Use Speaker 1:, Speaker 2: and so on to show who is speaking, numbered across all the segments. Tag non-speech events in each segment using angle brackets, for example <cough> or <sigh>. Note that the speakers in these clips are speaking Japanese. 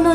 Speaker 1: の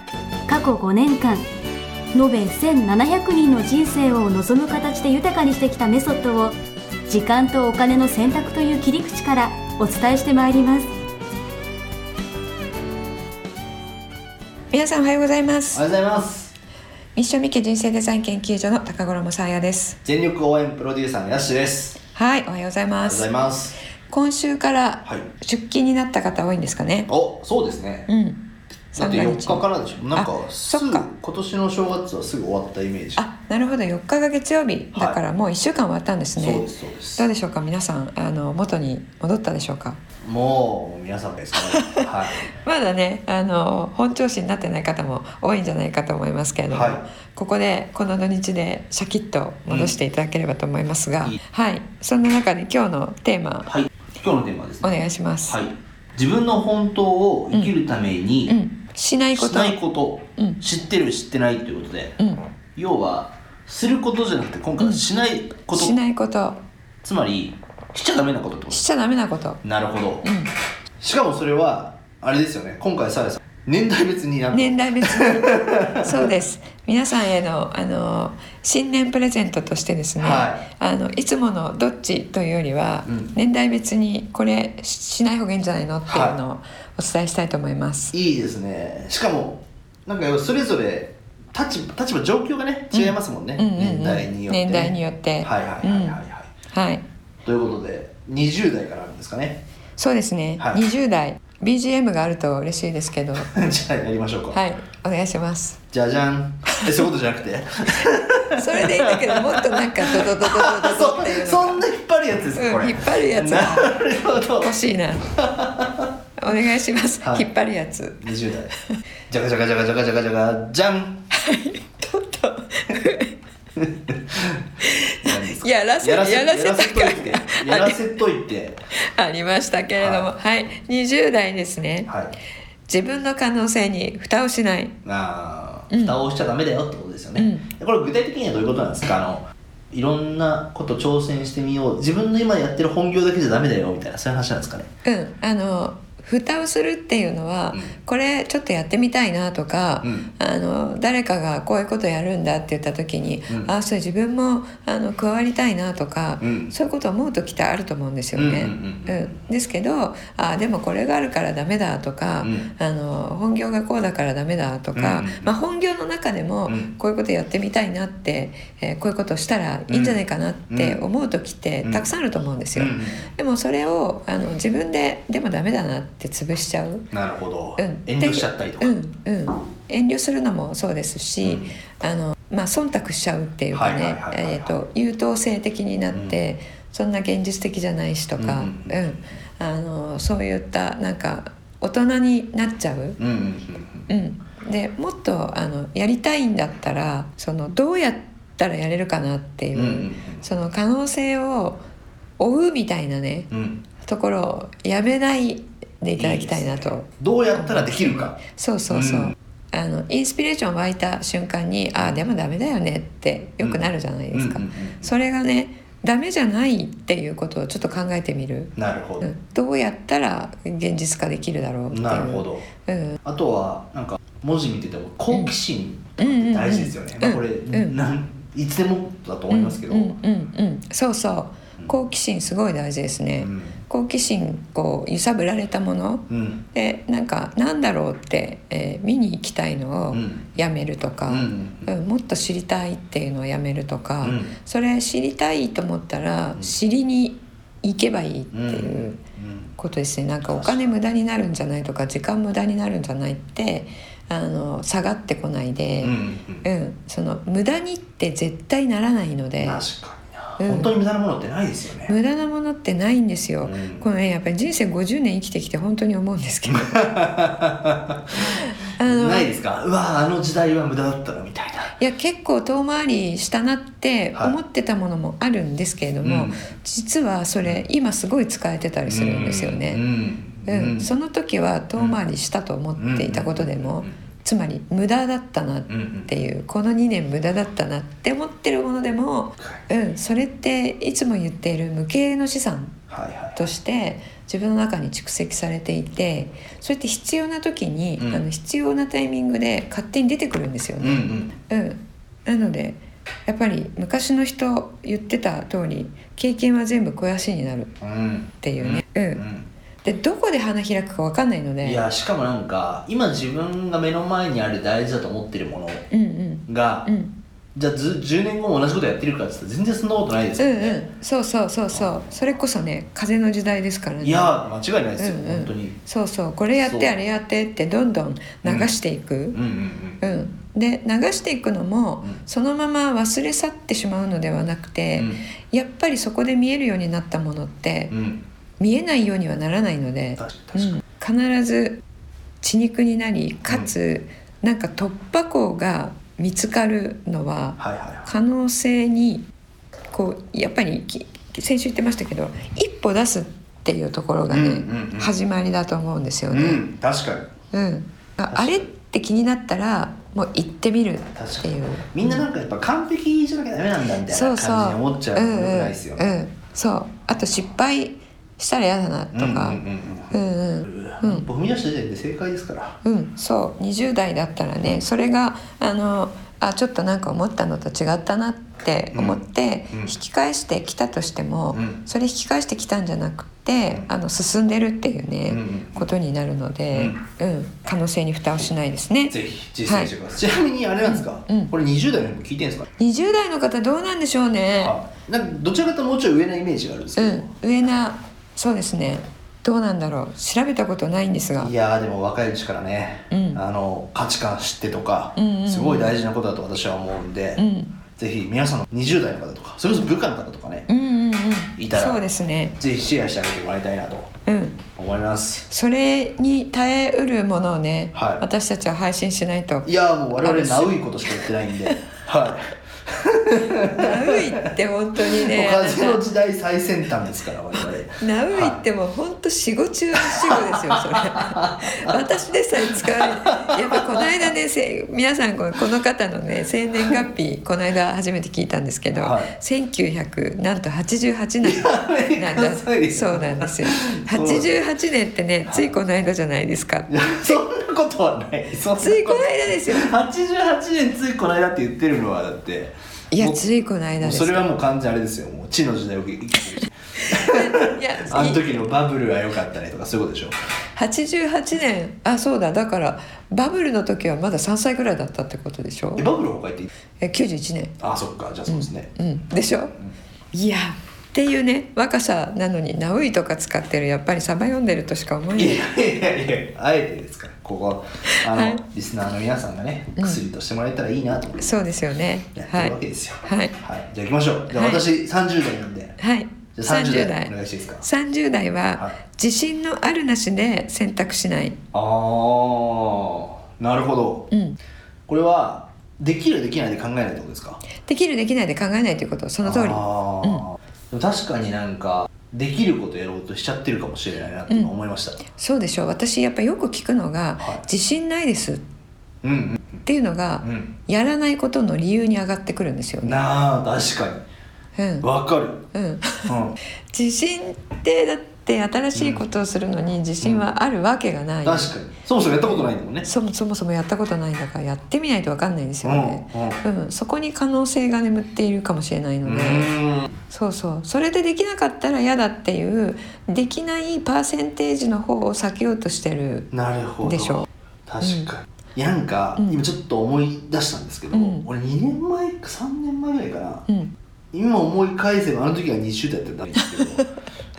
Speaker 1: 過去5年間延べ1700人の人生を望む形で豊かにしてきたメソッドを時間とお金の選択という切り口からお伝えしてまいります
Speaker 2: 皆さんおはようございま
Speaker 3: おは
Speaker 2: す
Speaker 3: ようございます
Speaker 2: ミッションミッケ人生デザイン研究所の高頃もさあやです
Speaker 3: 全力応援プロデューサーのヤッシュです
Speaker 2: はいおはようござい
Speaker 3: おは
Speaker 2: ま
Speaker 3: ようござ
Speaker 2: す
Speaker 3: います
Speaker 2: 今週から
Speaker 3: はい
Speaker 2: 出勤になった方多いんですかね
Speaker 3: おそうですね
Speaker 2: うん
Speaker 3: だって
Speaker 2: 三が
Speaker 3: 4
Speaker 2: 日
Speaker 3: 日からでしょなんか
Speaker 2: あ
Speaker 3: す
Speaker 2: そっ
Speaker 3: ぐ
Speaker 2: か
Speaker 3: 今年の正月はすぐ終わったイメージ
Speaker 2: あなるほど4日が月曜日だからもう1週間終わったんです
Speaker 3: そう
Speaker 2: ね、
Speaker 3: ですそうです
Speaker 2: どうでしょうか皆さんあの元に戻ったでしょうか
Speaker 3: もう皆さんで
Speaker 2: <laughs>
Speaker 3: すから、はい
Speaker 2: まだねあの本調子になってない方も多いんじゃないかと思いますけれども、
Speaker 3: はい
Speaker 2: ここでこの土日でシャキッと戻していただければと思いますが、
Speaker 3: うん
Speaker 2: はいそんな中で今日のテーマ
Speaker 3: はい、今日のテーマはです
Speaker 2: お
Speaker 3: ね
Speaker 2: 願いします、
Speaker 3: はい自分の本当を生きるために、
Speaker 2: うん、しないこ
Speaker 3: し
Speaker 2: と
Speaker 3: ないこと、
Speaker 2: うん
Speaker 3: 知ってる知ってないということで、
Speaker 2: うん、
Speaker 3: 要はすることじゃなくて今回はしないこと、
Speaker 2: しないこと
Speaker 3: つまりしちゃダメなことってこと
Speaker 2: しちゃダメなこと
Speaker 3: なるほど、
Speaker 2: ん
Speaker 3: しかもそれはあれですよね今回さやさん年代別になんか
Speaker 2: 年代別に <laughs> そうです皆さんへのあの新年プレゼントとしてですね、、
Speaker 3: はい
Speaker 2: あのいつものどっちというよりは、
Speaker 3: うん
Speaker 2: 年代別にこれししない方がいいんじゃないのっていうのをお伝えしたいと思います、
Speaker 3: いいですねしかもなんかそれぞれ立場立場状況がね違いますもんね、
Speaker 2: うんうんうん
Speaker 3: 年代によってね、
Speaker 2: 年代によって
Speaker 3: はいはいはいはいはい、
Speaker 2: はい
Speaker 3: ということで20代からなんですかね
Speaker 2: そうですね、
Speaker 3: はい
Speaker 2: 20代 BGM があると嬉しいですけどは
Speaker 3: じゃあやりましょうか、
Speaker 2: いお願いします
Speaker 3: じゃじゃんえそういうことじゃなくて
Speaker 2: それでいいんだけどもっとなんかドドドド
Speaker 3: あ
Speaker 2: ドド
Speaker 3: <laughs> そ
Speaker 2: っていうのが
Speaker 3: そんな引っ張るやつですか、こ
Speaker 2: うん、
Speaker 3: れ
Speaker 2: 引っ張るやつ
Speaker 3: なるほど
Speaker 2: 欲しい
Speaker 3: <laughs>
Speaker 2: なお願いします、
Speaker 3: はい
Speaker 2: 引っ張るやつ
Speaker 3: 20代じゃがじゃがじゃがじゃがじゃがじゃがじゃん
Speaker 2: ちょっとやらせ
Speaker 3: やらせ
Speaker 2: やらせ
Speaker 3: やらせとい
Speaker 2: た
Speaker 3: て
Speaker 2: か
Speaker 3: やらせといて
Speaker 2: ありましたけれどもはい、20代ですね、
Speaker 3: はい
Speaker 2: 自分の可能性に蓋をしない
Speaker 3: あ
Speaker 2: う
Speaker 3: ー
Speaker 2: ん
Speaker 3: 蓋をしちゃダメだよってことですよね、これ具体的にはどういうことなんですかあのいろんなこと挑戦してみよう自分の今やってる本業だけじゃダメだよみたいなそういう話なんですかね
Speaker 2: うんあの蓋をするっていうのは、
Speaker 3: うん
Speaker 2: これちょっとやってみたいなとか、
Speaker 3: うん
Speaker 2: あの誰かがこういうことやるんだって言った時に、
Speaker 3: うん
Speaker 2: あそれ自分もあの加わりたいなとか、
Speaker 3: うん
Speaker 2: そういうこと思う時ってあると思うんですよね。
Speaker 3: うんうんうんうん
Speaker 2: んですけどあでもこれがあるからダメだとか、
Speaker 3: うん
Speaker 2: あの本業がこうだからダメだとか、
Speaker 3: うんうんうん
Speaker 2: まあ、本業の中でも
Speaker 3: うん
Speaker 2: こういうことやってみたいなって、えーこういうことしたらいいんじゃないかなって思う時ってたくさんあると思うんですよ。
Speaker 3: うんうん
Speaker 2: でもそれをあの自分ででもダメだなって潰しちゃう、
Speaker 3: なるほど、
Speaker 2: うん、
Speaker 3: 遠慮しちゃったりとか、
Speaker 2: うんうん、遠慮するのもそうですし、あのまあ忖度しちゃうっていうかね
Speaker 3: はいはいはいはいはい
Speaker 2: えーと優等生的になって、そんな現実的じゃないしとか、
Speaker 3: う
Speaker 2: うんんあのそういったなんか大人になっちゃう。
Speaker 3: うんうんうん
Speaker 2: うん、でもっとあのやりたいんだったらそのどうやったらやれるかなっていう、
Speaker 3: うんうん
Speaker 2: その可能性を追うみたいなね
Speaker 3: うんうん
Speaker 2: ところをやめないでいただきたいなと
Speaker 3: どうやったらできるか
Speaker 2: そうそうそう、
Speaker 3: うん
Speaker 2: あのインスピレーション湧いた瞬間にああでもダメだよねってよくなるじゃないですか、
Speaker 3: うんうんうん
Speaker 2: それがねダメじゃないっていうことをちょっと考えてみる、
Speaker 3: なるほど、
Speaker 2: うんどうやったら現実化できるだろうっていう
Speaker 3: なるほど、
Speaker 2: うん
Speaker 3: あとはなんか文字見てても好奇心って大事ですよね、
Speaker 2: うんうん
Speaker 3: まあ、これ、
Speaker 2: うん
Speaker 3: なんいつでもだと思いますけど、
Speaker 2: うんうんうんうんそうそう
Speaker 3: うん
Speaker 2: 好奇心すごい大事ですね、
Speaker 3: うん
Speaker 2: 好奇心こう揺さぶられたもの
Speaker 3: うん
Speaker 2: でなんかなんだろうって、えー見に行きたいのを
Speaker 3: うん
Speaker 2: やめるとか、
Speaker 3: うん
Speaker 2: うんもっと知りたいっていうのをやめるとか、
Speaker 3: うん
Speaker 2: それ知りたいと思ったら
Speaker 3: うん
Speaker 2: 知りに行けばいいって
Speaker 3: うん
Speaker 2: いうう
Speaker 3: うん
Speaker 2: ことですね、なんかお金無駄になるんじゃないとか時間無駄になるんじゃないってあの下がってこないで、
Speaker 3: うんうんうん
Speaker 2: うん、その無駄にって絶対ならないので
Speaker 3: 確かに
Speaker 2: う
Speaker 3: な、
Speaker 2: ん
Speaker 3: 本当に無駄なものってないですよね
Speaker 2: 無駄なものってないんですよ、
Speaker 3: うん <laughs>
Speaker 2: このねやっぱり人生50年生きてきて本当に思うんですけどああの
Speaker 3: ないですかうわあの時代は無駄だったなみたいない
Speaker 2: や結構遠回りしたなって思ってたものもあるんですけれども、
Speaker 3: うん
Speaker 2: 実はそれ今すごい使えてたりするんですよね。
Speaker 3: うん
Speaker 2: うんその時は遠回りしたと思っていたことでも、つまり無駄だったなっ
Speaker 3: うんうん
Speaker 2: ていうこの2年無駄だったなって思ってるものでも、うん、それっていつも言っている無形の資産
Speaker 3: はいはい
Speaker 2: として自分の中に蓄積されていてそれって必要な時に、
Speaker 3: うん
Speaker 2: あの必要なタイミングで勝手に出てくるんですよ
Speaker 3: うん
Speaker 2: ね。うんなのでやっぱり昔の人言ってた通り経験は全部肥やしになるっ
Speaker 3: うんうん
Speaker 2: ていうね。うん
Speaker 3: うん
Speaker 2: でどこで花開くかわかんないので
Speaker 3: いやしかもなんか今自分が目の前にある大事だと思ってるもの
Speaker 2: うんうん
Speaker 3: が、
Speaker 2: うん
Speaker 3: じゃあず10年後も同じことやってるかって言ったら全然そんなことないです
Speaker 2: う
Speaker 3: よ
Speaker 2: ん
Speaker 3: ね、
Speaker 2: うんそうそうそうそうそれこそね風の時代ですからね
Speaker 3: いや間違いないですよ、
Speaker 2: うんうん
Speaker 3: 本当に
Speaker 2: そうそうこれやっ
Speaker 3: そう
Speaker 2: てあれやってってどんどん流していく、
Speaker 3: うんうん
Speaker 2: うんで流していくのも、
Speaker 3: うん
Speaker 2: そのまま忘れ去ってしまうのではなく
Speaker 3: う
Speaker 2: て、
Speaker 3: ん
Speaker 2: やっぱりそこで見えるようになったものって、
Speaker 3: うんうん
Speaker 2: 見えないようにはならないので、
Speaker 3: 確
Speaker 2: う
Speaker 3: かに
Speaker 2: ん、必ず血肉になりかつ、なんか突破口が見つかるのは
Speaker 3: はいはいは
Speaker 2: 可能性にこうやっぱりき先週言ってましたけど一歩出すっていうところがね、
Speaker 3: うんうんうん
Speaker 2: 始まりだと思うんですよ
Speaker 3: い、う
Speaker 2: ね。
Speaker 3: ん、確かに
Speaker 2: うんああれって気になったらもう行ってみるって
Speaker 3: 確か
Speaker 2: い
Speaker 3: に
Speaker 2: う。
Speaker 3: みんななんかやっぱ完璧じゃなきゃダメなんだみたい
Speaker 2: そ
Speaker 3: な
Speaker 2: うそう
Speaker 3: 感じに思っちゃうのよくないですよ
Speaker 2: うんうん
Speaker 3: ね
Speaker 2: うん、そうあと失敗したら嫌だなとか、
Speaker 3: うんうん
Speaker 2: う
Speaker 3: うん
Speaker 2: んうん
Speaker 3: うん一歩踏み出した時点で正解ですから
Speaker 2: うん、そう20代だったらねそれがあのあちょっとなんか思ったのと違ったなって思って、
Speaker 3: うんうん
Speaker 2: 引き返してきたとしても、
Speaker 3: うん
Speaker 2: それ引き返してきたんじゃなくて、
Speaker 3: うん
Speaker 2: あの進んでるっていうね、
Speaker 3: うんうん
Speaker 2: ことになるので、うん可能性に蓋をしないですね。
Speaker 3: ぜひ実践してください、ちなみにあれなんですか、
Speaker 2: うんうん
Speaker 3: これ20代の人も聞いてるんですか、
Speaker 2: 20代の方どうなんでしょうね。
Speaker 3: あなんかどちらかというともうちょい上なイメージがあるんです
Speaker 2: う
Speaker 3: けど、
Speaker 2: ん、上なそうですねどうなんだろう調べたことないんですが
Speaker 3: い。やーでも若いうちからね、
Speaker 2: うん
Speaker 3: あの価値観知ってとか、
Speaker 2: うんうんうん
Speaker 3: すごい大事なことだと私は思うんで、
Speaker 2: うん、
Speaker 3: ぜひ皆さんの20代の方とかそれこそ部下の方とかね
Speaker 2: う、んうんうん
Speaker 3: いたら
Speaker 2: そうですね
Speaker 3: ぜひシェアしてあげてもらいたいなと
Speaker 2: うん
Speaker 3: 思います
Speaker 2: それに耐えうるものをね、
Speaker 3: はい
Speaker 2: 私たちは配信しないと
Speaker 3: いやーもう我
Speaker 2: あ
Speaker 3: 々
Speaker 2: れ
Speaker 3: ナウいことしか言ってないんで
Speaker 2: <laughs>
Speaker 3: は
Speaker 2: ナウイって本当に
Speaker 3: い、
Speaker 2: ね
Speaker 3: もう風の時代最先端ですから我々
Speaker 2: ナウイってもう本当死後中の死後ですよそれ
Speaker 3: <laughs>
Speaker 2: 私でさえ使われやっぱこの間ねせ皆さんこのこの方のね生年月日この間初めて聞いたんですけど、
Speaker 3: はい
Speaker 2: 1900なんと88年なんだ
Speaker 3: やめてくださいよ
Speaker 2: そうなんですよ88年ってねついこの間じゃないですか <laughs>
Speaker 3: いやそんなことはないそんな
Speaker 2: ついこの間ですよ
Speaker 3: 88年ついこの間って言ってるのはだって
Speaker 2: いや
Speaker 3: もう
Speaker 2: ついこの間
Speaker 3: もう
Speaker 2: です
Speaker 3: それはもう完全あれですよもう地の時代を生きてる
Speaker 2: いや
Speaker 3: あの時のバブルは良かったねとかそういうことでしょ
Speaker 2: 88年あそうだだからバブルの時はまだ3歳ぐらいだったってことでしょ
Speaker 3: えバブル崩壊って
Speaker 2: え91年
Speaker 3: あそっかじゃあそうですね、
Speaker 2: うんでしょ、いやっていうね若さなのにナウイとか使ってるやっぱりサバ読んでるとしか思えないい
Speaker 3: やいやいやいやあえてですからここあの、
Speaker 2: はい
Speaker 3: リスナーの皆さんがね
Speaker 2: うん
Speaker 3: 薬としてもらえたらいいなと思って
Speaker 2: そうですよね
Speaker 3: やって
Speaker 2: は
Speaker 3: るわけ
Speaker 2: い
Speaker 3: ですよ
Speaker 2: はい
Speaker 3: じゃあ行きましょうじゃあ
Speaker 2: はい
Speaker 3: 私30代なんで、
Speaker 2: はい
Speaker 3: じゃあ30
Speaker 2: 30
Speaker 3: 代
Speaker 2: 代
Speaker 3: お願いしていいですか
Speaker 2: 30代
Speaker 3: は
Speaker 2: はい自信のあるなしで選択しない、
Speaker 3: ああなるほど
Speaker 2: うん、
Speaker 3: これはできるできないで考えないってことですか
Speaker 2: できるできないで考えないということその通り
Speaker 3: あーでも確かになんかできることやろうとしちゃってるかもしれないなって今思いました、
Speaker 2: そうでしょう私やっぱよく聞くのが、
Speaker 3: はい
Speaker 2: 自信ないですっ
Speaker 3: うん、うん
Speaker 2: ていうのが、
Speaker 3: うん
Speaker 2: やらないことの理由に上がってくるんですよね。
Speaker 3: なあ確か
Speaker 2: うん
Speaker 3: にわかる、
Speaker 2: うん、 <laughs>
Speaker 3: うん
Speaker 2: 自信ってだって新しいことをするのに自信はあるわけがない、
Speaker 3: 確かにそもそもやったことないんだもんね
Speaker 2: そもそもそもやったことないんだからやってみないと分かんないですよね。
Speaker 3: うんうん
Speaker 2: うん、そこに可能性が眠っているかもしれないうので、
Speaker 3: ーん
Speaker 2: そうそうそれでできなかったら嫌だっていうできないパーセンテージの方を避けようとしてる
Speaker 3: なるほど
Speaker 2: でしょ
Speaker 3: 確かに、いやなんか、
Speaker 2: うん
Speaker 3: 今ちょっと思い出したんですけど、
Speaker 2: うん
Speaker 3: 俺2年前か3年前ぐらいかな、
Speaker 2: う、うん、
Speaker 3: 今思い返せばあの時は20代だったんです
Speaker 2: <laughs>
Speaker 3: けど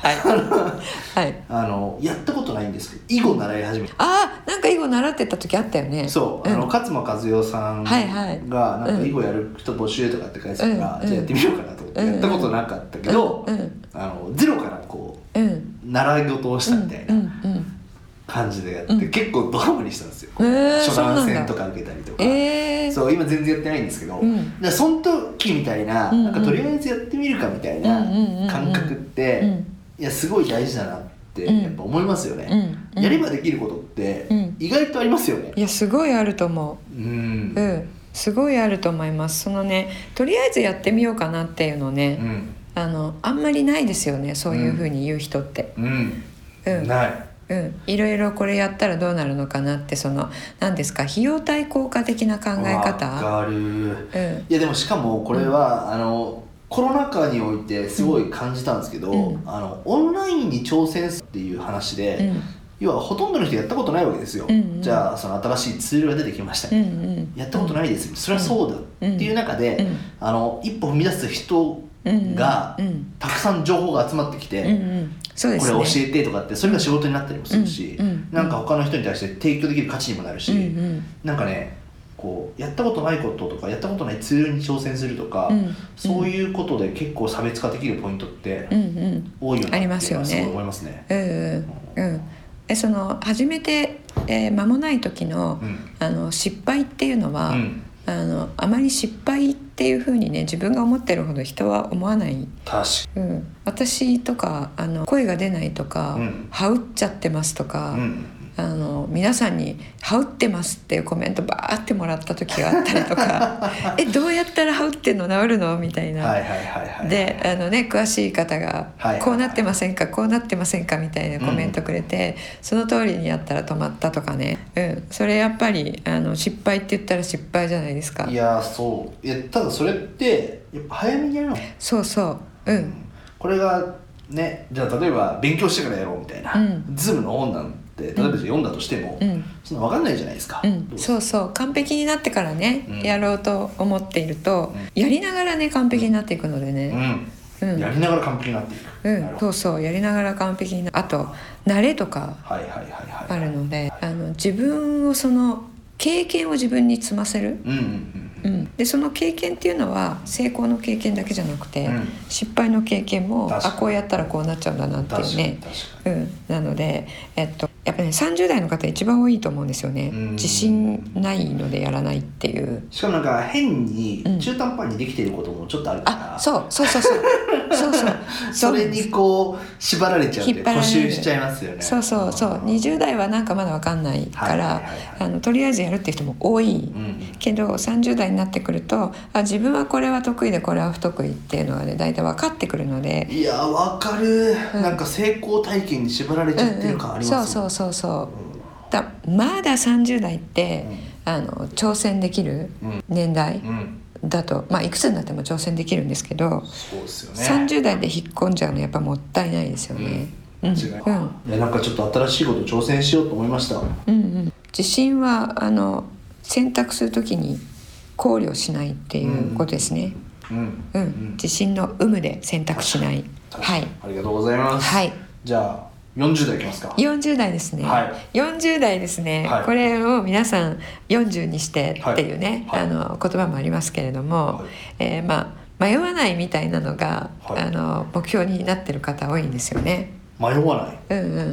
Speaker 2: はいはい
Speaker 3: あのやったことないんですけど囲碁習い始めて
Speaker 2: あーなんか囲碁習ってた時あったよね
Speaker 3: そう、あの勝間和代さんが
Speaker 2: はいはい
Speaker 3: なんか囲碁やる人募集とかって書いてたから、
Speaker 2: うん
Speaker 3: じゃあやってみようかなと思って、
Speaker 2: うん
Speaker 3: やったことなかったけど、
Speaker 2: うんうん
Speaker 3: あのゼロからこ
Speaker 2: うん
Speaker 3: う習い事をしたみたいな
Speaker 2: うんうんうん
Speaker 3: 感じでやって、
Speaker 2: うん
Speaker 3: 結構ドハマりしたんですよ、
Speaker 2: えー
Speaker 3: 初
Speaker 2: そうな
Speaker 3: 段
Speaker 2: ん
Speaker 3: 戦
Speaker 2: だ
Speaker 3: とか受けたりとか、
Speaker 2: えー、
Speaker 3: そう今全然やってないんですけど、
Speaker 2: うん
Speaker 3: だからその時みたいな,、
Speaker 2: うんうん
Speaker 3: なんかとりあえずやってみるかみたいな
Speaker 2: うんうんうんうん
Speaker 3: 感覚って、
Speaker 2: うん
Speaker 3: いやすごい大事だなって
Speaker 2: うん
Speaker 3: やっぱ思いますよね、
Speaker 2: うんうん
Speaker 3: やればできることって
Speaker 2: うん
Speaker 3: 意外とありますよね
Speaker 2: いやすごいあると思う
Speaker 3: うん
Speaker 2: うん、すごいあると思います。そのね、とりあえずやってみようかなっていうの
Speaker 3: う
Speaker 2: ね、
Speaker 3: ん
Speaker 2: あのあんまりないですよね。そういう風に言う人って、
Speaker 3: うん、
Speaker 2: うん
Speaker 3: ない
Speaker 2: うん、いろいろこれやったらどうなるのかなってその何ですか、費用対効果的な考え方。
Speaker 3: わか
Speaker 2: う
Speaker 3: る
Speaker 2: ん、
Speaker 3: いやでもしかもこれは、あのコロナ禍においてすごい感じたんですけど、
Speaker 2: うん
Speaker 3: あのオンラインに挑戦するっていう話で、
Speaker 2: うん、
Speaker 3: 要はほとんどの人やったことないわけですよ、
Speaker 2: うんうん
Speaker 3: じゃあその新しいツールが出てきました、
Speaker 2: うん、うん、
Speaker 3: やったことないです、それはそうだ、っていう中で、
Speaker 2: うん
Speaker 3: あの一歩踏み出す人
Speaker 2: うん、
Speaker 3: が、
Speaker 2: うん、
Speaker 3: たくさん情報が集まってきて、
Speaker 2: うん、うん、そうで
Speaker 3: こ
Speaker 2: す
Speaker 3: れ
Speaker 2: ね。
Speaker 3: 教えてとかってそれが仕事になったりもするし、
Speaker 2: うんうん
Speaker 3: なんか他の人に対して提供できる価値にもなるし、
Speaker 2: うん、うん、
Speaker 3: なんかねこうやったことないこととかやったことないツールに挑戦するとか、
Speaker 2: うん
Speaker 3: そういうことで結構差別化できるポイントって
Speaker 2: うん、うん。
Speaker 3: 多いよな
Speaker 2: あ
Speaker 3: ってい
Speaker 2: り
Speaker 3: うのは
Speaker 2: ますよね
Speaker 3: すごい思いますね。
Speaker 2: うんうんうんえその初めて、えー間もない時の,、
Speaker 3: うん
Speaker 2: あの失敗っていうのは、
Speaker 3: うん
Speaker 2: あのあまり失敗っていう風にね自分が思ってるほど人は思わない、
Speaker 3: 確
Speaker 2: うん、私とかあの声が出ないとか、
Speaker 3: うん
Speaker 2: 羽織っちゃってますとか、
Speaker 3: かに、うん
Speaker 2: あの皆さんに「羽織ってます」っていうコメントバーってもらった時があったりと
Speaker 3: <laughs>
Speaker 2: か「えどうやったら羽織ってんの治るの?」みたいな、
Speaker 3: はいはいはいはい、
Speaker 2: であのね詳しい方が
Speaker 3: はいはいはい
Speaker 2: 「こうなってませんか、こうなってませんか」みたいなコメントくれて、その通りにやったら止まったとかね、うん、それやっぱりあの失敗って言ったら失敗じゃないですか
Speaker 3: いやーそういやただそれってやっぱ早めにやるの、
Speaker 2: そうそううん
Speaker 3: これがねじゃあ例えば勉強してからやろうみたいな、
Speaker 2: うん
Speaker 3: ズームの本なんて例えば読んだとしても、
Speaker 2: うん
Speaker 3: そんな分かんないじゃないですか、
Speaker 2: うん、
Speaker 3: ど
Speaker 2: そうそう完璧になってからね、
Speaker 3: うん
Speaker 2: やろうと思っていると、やりながらね完璧になっていくので
Speaker 3: う
Speaker 2: ね、
Speaker 3: うん
Speaker 2: うん
Speaker 3: やりながら完璧になっていく、
Speaker 2: うん
Speaker 3: なるほ
Speaker 2: そ
Speaker 3: ど
Speaker 2: うそうやりながら完璧になあと慣れとか
Speaker 3: はいはいはいはい
Speaker 2: あるので、
Speaker 3: はい
Speaker 2: あの自分をその経験を自分に積ませる、
Speaker 3: うんうんうん
Speaker 2: うん、でその経験っていうのは成功の経験だけじゃなくて、
Speaker 3: うん
Speaker 2: 失敗の経験も
Speaker 3: 確か
Speaker 2: あ
Speaker 3: に
Speaker 2: こうやったらこうなっちゃうんだなって
Speaker 3: 確
Speaker 2: い
Speaker 3: か
Speaker 2: う
Speaker 3: に
Speaker 2: ね
Speaker 3: 確、か
Speaker 2: うん、なので、えっと、やっぱね30代の方一番多いと思うんですよね
Speaker 3: うん
Speaker 2: 自信ないのでやらないっていう
Speaker 3: にしかもなんか変に
Speaker 2: うん
Speaker 3: 中途半端にできていることもちょっとあるから、
Speaker 2: あそうそうそうそうそうそう
Speaker 3: <laughs> そうれにこう縛られちゃうって
Speaker 2: 引っ張られ
Speaker 3: 補
Speaker 2: る
Speaker 3: 修しちゃいますよね
Speaker 2: そうそうそう20代はなんかまだわかんないから、
Speaker 3: はいはいはい
Speaker 2: あのとりあえずやるって人も多い、
Speaker 3: うん
Speaker 2: けど30代になってくるとあ自分はこれは得意でこれは不得意っていうのがね大体分かってくるので、
Speaker 3: いやわかる、なんか成功体験に縛られちゃってる感ありますよ
Speaker 2: そうそうそうそうだまだ30代って、あの挑戦できる
Speaker 3: うん
Speaker 2: 年代
Speaker 3: うん、うん、
Speaker 2: だと、まあいくつになっても挑戦できるんですけど、
Speaker 3: そうですよね
Speaker 2: 30代で引っ込んじゃうのやっぱもったいないですよね。
Speaker 3: うん
Speaker 2: うん
Speaker 3: 違います
Speaker 2: うん
Speaker 3: いやなんかちょっと新しいこと挑戦しようと思いました
Speaker 2: うんうん、自信はあの選択するときに考慮しないっていうことですね。
Speaker 3: うん
Speaker 2: うん、自信の有無で選択しない。はい、
Speaker 3: ありがとうございます
Speaker 2: はい、
Speaker 3: じゃあ40代いきますか
Speaker 2: 40代ですね。
Speaker 3: は
Speaker 2: 40代ですね、
Speaker 3: はい
Speaker 2: これを皆さん40にしてっていうね、
Speaker 3: はいはい
Speaker 2: あの言葉もありますけれども、
Speaker 3: はい
Speaker 2: えーまあ迷わないみたいなのが、
Speaker 3: はい
Speaker 2: あの目標になってる方多いんですよね。
Speaker 3: 迷わない
Speaker 2: うんうん。
Speaker 3: あ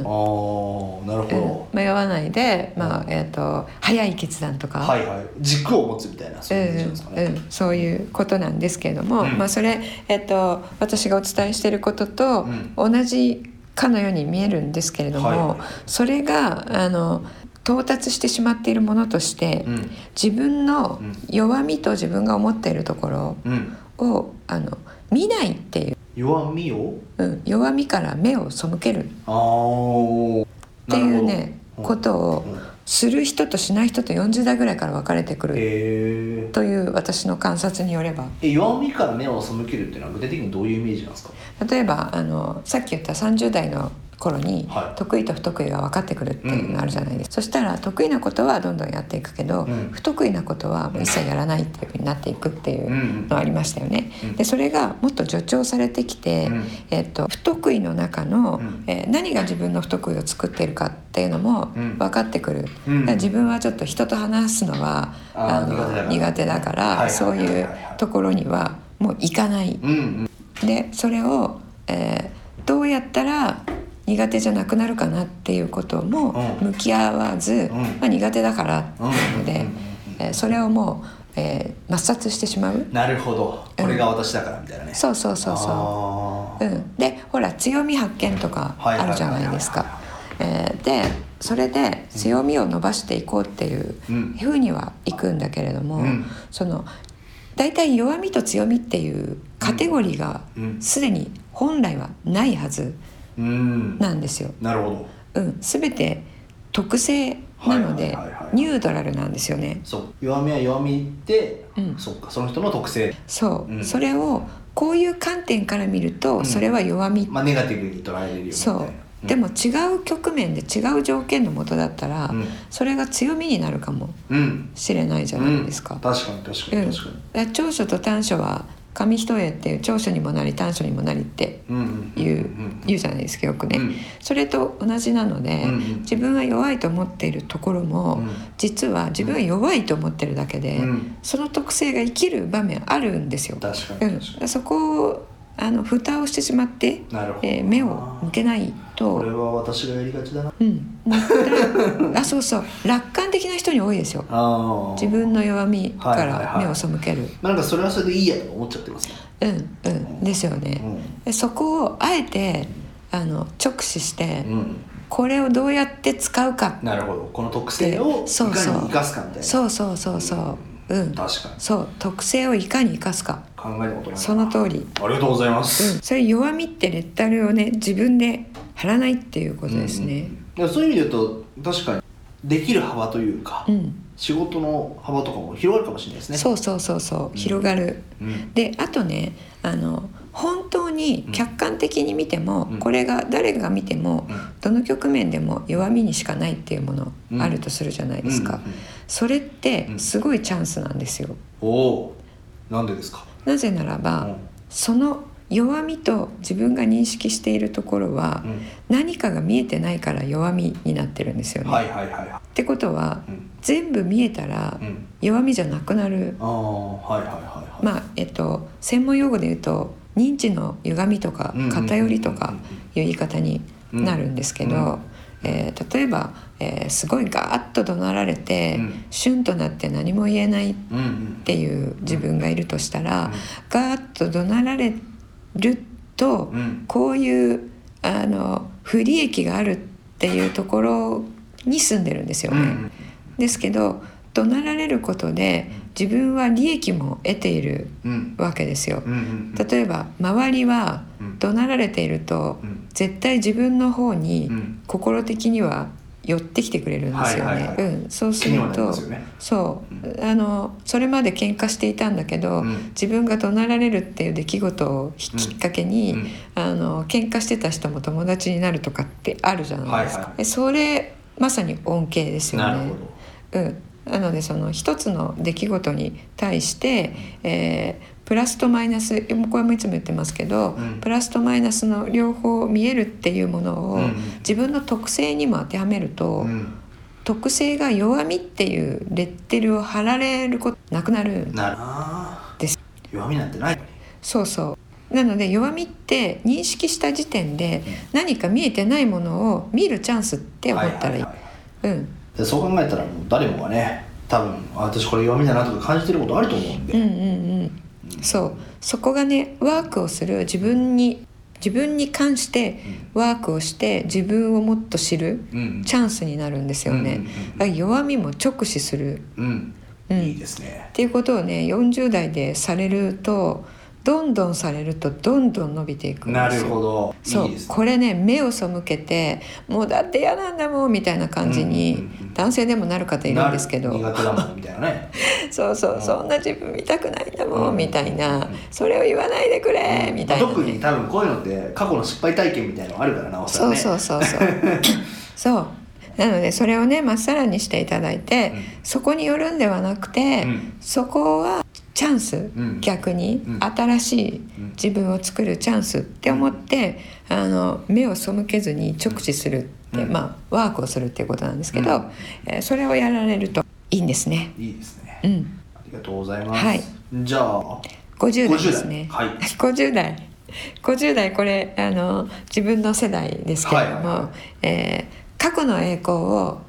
Speaker 2: う
Speaker 3: ーなる
Speaker 2: ん
Speaker 3: ほ
Speaker 2: 迷わないで、まあ
Speaker 3: う
Speaker 2: えー、と早い決断とか、
Speaker 3: ど、はいはい軸を持つみたいなそういうイメージなんですか
Speaker 2: うんう
Speaker 3: ね、
Speaker 2: ん、そういうことなんですけれども、
Speaker 3: うん
Speaker 2: まあ、それ、えっと、私がお伝えしていることと同じかのように見えるんですけれども、
Speaker 3: はい
Speaker 2: それがあの到達してしまっているものとして、
Speaker 3: うん
Speaker 2: 自分の
Speaker 3: うん
Speaker 2: 弱みと自分が思っているところ
Speaker 3: うん
Speaker 2: をあの見ないっていう、
Speaker 3: 弱みを
Speaker 2: うん、弱みから目を背けるっ
Speaker 3: あー
Speaker 2: て
Speaker 3: なる
Speaker 2: い
Speaker 3: ほ
Speaker 2: う
Speaker 3: ど
Speaker 2: ね
Speaker 3: うん
Speaker 2: ことを
Speaker 3: うん
Speaker 2: する人としない人と40代ぐらいから分かれてくる
Speaker 3: へー
Speaker 2: という私の観察によれば。
Speaker 3: え弱みから目を背けるっていうのは具体的にどういうイメージなんですか
Speaker 2: 例えばあのさっき言った30代の頃に
Speaker 3: はい
Speaker 2: 得意と不得意が分かってくるっていうのあるじゃないですか、そしたら得意なことはどんどんやっていくけど、
Speaker 3: うん
Speaker 2: 不得意なことはもう一切やらないっていうふうになっていくってい
Speaker 3: んうん
Speaker 2: うのありましたよね。
Speaker 3: うん
Speaker 2: でそれがもっと助長されてきて、
Speaker 3: うん
Speaker 2: えっと不得意の中の、
Speaker 3: うん
Speaker 2: えー何が自分の不得意を作っているかっていうのも
Speaker 3: うん
Speaker 2: 分かってくる、
Speaker 3: うん
Speaker 2: だから自分はちょっと人と話すのは
Speaker 3: あー
Speaker 2: あ
Speaker 3: 苦手だか
Speaker 2: の苦手だから
Speaker 3: らはいはいはいはいはい
Speaker 2: そういうところにはもう行かない。
Speaker 3: うんうん
Speaker 2: でそれを、えーどうやったら苦手じゃなくなるかなっていうことも
Speaker 3: うん
Speaker 2: 向き合わず、
Speaker 3: うん
Speaker 2: まあ、苦手だからっていうので、
Speaker 3: うんうんうん
Speaker 2: えーそれをもう、えー抹殺してしまう
Speaker 3: なるほどこれが私だからみたいなね、
Speaker 2: そうそうそうそう
Speaker 3: あ
Speaker 2: う
Speaker 3: ー
Speaker 2: ん、でほら強み発見とか
Speaker 3: はいはいはいはい
Speaker 2: あるじゃないですか。えーでそれで強みを伸ばしていこうっていう
Speaker 3: うん
Speaker 2: ふうにはいくんだけれども、
Speaker 3: うん
Speaker 2: その大体弱みと強みっていうカテゴリーが
Speaker 3: うん
Speaker 2: すでに本来はないはず
Speaker 3: うんな
Speaker 2: なんですよ。
Speaker 3: るほど
Speaker 2: うん、全て特性なので
Speaker 3: はいはいはいはい
Speaker 2: ニュートラルなんですよね。
Speaker 3: そう弱みは弱みで、
Speaker 2: うん
Speaker 3: そっかその人の特性
Speaker 2: そう、
Speaker 3: うん
Speaker 2: それをこういう観点から見ると
Speaker 3: ん
Speaker 2: それは弱み
Speaker 3: まあネガティブに捉えれるよみたいな
Speaker 2: そうで、も違う局面で違う条件のもとだったら、
Speaker 3: うん
Speaker 2: それが強みになるかも
Speaker 3: うんうん
Speaker 2: しれないじゃないですか。
Speaker 3: う
Speaker 2: うんん
Speaker 3: 確かに確かに確かに、
Speaker 2: だから長所と短所は紙一重っていう長所にもなり短所にもなりって
Speaker 3: うんうん
Speaker 2: 言う,、
Speaker 3: ん
Speaker 2: 言うじゃないですかよくね、
Speaker 3: うん
Speaker 2: それと同じなので、
Speaker 3: うんうん
Speaker 2: 自分は弱いと思っているところも、
Speaker 3: うん
Speaker 2: 実は自分は弱いと思ってるだけで、
Speaker 3: うん
Speaker 2: その特性が生きる場面あるんですよ。
Speaker 3: 確かに確
Speaker 2: う
Speaker 3: かに
Speaker 2: ん、そこをあの蓋をしてしまって、
Speaker 3: なるほど
Speaker 2: えー目を向けない
Speaker 3: ことれは私がやりがちだな
Speaker 2: うん、も
Speaker 3: <laughs>
Speaker 2: ったいあそうそう楽観的な人に多いですよ
Speaker 3: あ
Speaker 2: 自分の弱みか
Speaker 3: はいはい
Speaker 2: ら
Speaker 3: はい
Speaker 2: 目を背ける、
Speaker 3: なんかそれはそれでいいやと思っちゃってますね
Speaker 2: うんうんですよね、でそこをあえてあの直視して、
Speaker 3: うん、うん、
Speaker 2: これをどうやって使うか
Speaker 3: なるほどこの特性をいか
Speaker 2: そう
Speaker 3: に
Speaker 2: そう
Speaker 3: 生かすかみたいな
Speaker 2: そうそうそうそううん
Speaker 3: 確かに
Speaker 2: そう特性をいかに生かすか
Speaker 3: 考えたことないな
Speaker 2: その通り
Speaker 3: ありがとうござい
Speaker 2: う
Speaker 3: ま
Speaker 2: ん
Speaker 3: す、
Speaker 2: それ弱みってレッタルをね自分で貼らないっていうことですね
Speaker 3: うんうんそういう意味で言うと確かにできる幅というか、
Speaker 2: うん、
Speaker 3: 仕事の幅とかも広がるかもしれないですね
Speaker 2: そうそうそうそう広がる、
Speaker 3: うん、
Speaker 2: であとねあの本当に客観的に見ても、
Speaker 3: うん
Speaker 2: これが誰が見ても、
Speaker 3: うん
Speaker 2: どの局面でも弱みにしかないっていうもの
Speaker 3: うん
Speaker 2: あるとするじゃないですか、
Speaker 3: うんうん
Speaker 2: それっ
Speaker 3: う
Speaker 2: て
Speaker 3: ん
Speaker 2: すごいチャンスなんですよ、
Speaker 3: おおなんでですか
Speaker 2: なぜならば、
Speaker 3: うん
Speaker 2: その弱みと自分が認識しているところは、何かが見えてないから弱みになってるんですよね、
Speaker 3: はいはいはいは
Speaker 2: ってことは、
Speaker 3: いうん
Speaker 2: 全部見えたら
Speaker 3: うん
Speaker 2: 弱みじゃなくなる
Speaker 3: ああはいはいはいはい
Speaker 2: まあえっと専門用語で言うと認知の歪みとか
Speaker 3: うんうんうんうん
Speaker 2: 偏りとかいう言い方になるんですけど、
Speaker 3: うん
Speaker 2: えー例えば、えーすごいガーッと怒鳴られて、
Speaker 3: うん
Speaker 2: シュンとなって何も言えないっ
Speaker 3: うんうん
Speaker 2: ていう自分がいるとしたら、
Speaker 3: うん
Speaker 2: ガーッと怒鳴られると、
Speaker 3: うん
Speaker 2: こういうあの不利益があるっていうところに住んでるんですよ
Speaker 3: う
Speaker 2: ね。
Speaker 3: んうん
Speaker 2: ですけど怒鳴られることで自分は利益も得ている
Speaker 3: うん
Speaker 2: わけですよ
Speaker 3: うんう。ん
Speaker 2: 例えば周りは
Speaker 3: うん
Speaker 2: 怒鳴られていると
Speaker 3: うん
Speaker 2: 絶対自分の方に
Speaker 3: うん
Speaker 2: 心的には寄ってきてくれるんですよ
Speaker 3: は
Speaker 2: ね
Speaker 3: いはい。は
Speaker 2: う
Speaker 3: い
Speaker 2: ん、そうす
Speaker 3: 気に
Speaker 2: る
Speaker 3: はなり
Speaker 2: と
Speaker 3: ますよね
Speaker 2: そうあのそれまで喧嘩していたんだけど、
Speaker 3: うん
Speaker 2: 自分が怒鳴られるっていう出来事をひきっかけに、
Speaker 3: うん
Speaker 2: あの喧嘩してた人も友達になるとかってあるじゃないですか。
Speaker 3: はいはい
Speaker 2: えそれまさに恩恵ですよね。
Speaker 3: なるほど
Speaker 2: うん、なのでその一つの出来事に対して、えープラスとマイナスこれもいつも言ってますけど、
Speaker 3: うん
Speaker 2: プラスとマイナスの両方見えるっていうものを、
Speaker 3: うん
Speaker 2: 自分の特性にも当てはめると、
Speaker 3: うん
Speaker 2: 特性が弱みっていうレッテルを貼られることなくなる
Speaker 3: なるあー
Speaker 2: です
Speaker 3: 弱みなんてない
Speaker 2: そうそうなので弱みって認識した時点で何か見えてないものを見るチャンスって思ったらいい。
Speaker 3: ははは
Speaker 2: うん
Speaker 3: でそう考えたらもう誰もがね多分あ私これ弱みだなとか感じてることあると思うんで、
Speaker 2: うんうんうん、そうそこがねワークをする自分に自分に関してワークをして自分をもっと知る
Speaker 3: うん
Speaker 2: チャンスになるんですよ
Speaker 3: うん
Speaker 2: ね
Speaker 3: うんうんうん。
Speaker 2: だから弱みも直視するっ
Speaker 3: うん
Speaker 2: うん
Speaker 3: いいですね
Speaker 2: ていうことをね40代でされるとどんどんされるとどんどん伸びていくん
Speaker 3: な
Speaker 2: で
Speaker 3: る
Speaker 2: すよ
Speaker 3: ほ。ど
Speaker 2: そう
Speaker 3: いいですね
Speaker 2: これね目を背けてもうだって嫌なんだもんみたいな感じ
Speaker 3: うん
Speaker 2: に
Speaker 3: うんうん
Speaker 2: 男性でもなる方いるんですけど
Speaker 3: な苦手だもんみたいなね
Speaker 2: そうそううんそんな自分見たくないんだも
Speaker 3: うん
Speaker 2: んみたいな
Speaker 3: うん
Speaker 2: それを言わないでくれ <laughs> みたいな、ね、
Speaker 3: 特に多分こういうのって過去の失敗体験みたいなのあるからなおさら
Speaker 2: そう
Speaker 3: ね
Speaker 2: そうそうそう
Speaker 3: <laughs>
Speaker 2: そうなのでそれをねまっさらにしていただいて、
Speaker 3: うん
Speaker 2: そこによるんではなくて、
Speaker 3: うん
Speaker 2: そこはチャンス、
Speaker 3: ん
Speaker 2: 逆に、
Speaker 3: うん
Speaker 2: 新しい
Speaker 3: うん
Speaker 2: 自分を作るチャンスって思って、あの目を背けずに直視するって、
Speaker 3: うん
Speaker 2: まあワークをするっていうことなんですけど、
Speaker 3: うん
Speaker 2: えーそれをやられるといいんですね。
Speaker 3: いいですね、
Speaker 2: うん
Speaker 3: ありがとうございます、
Speaker 2: はい
Speaker 3: じゃあ
Speaker 2: 50代ですね。
Speaker 3: 50代はい
Speaker 2: <laughs> 50代50代これあの自分の世代ですけれども、
Speaker 3: はいは
Speaker 2: えー過去の栄光を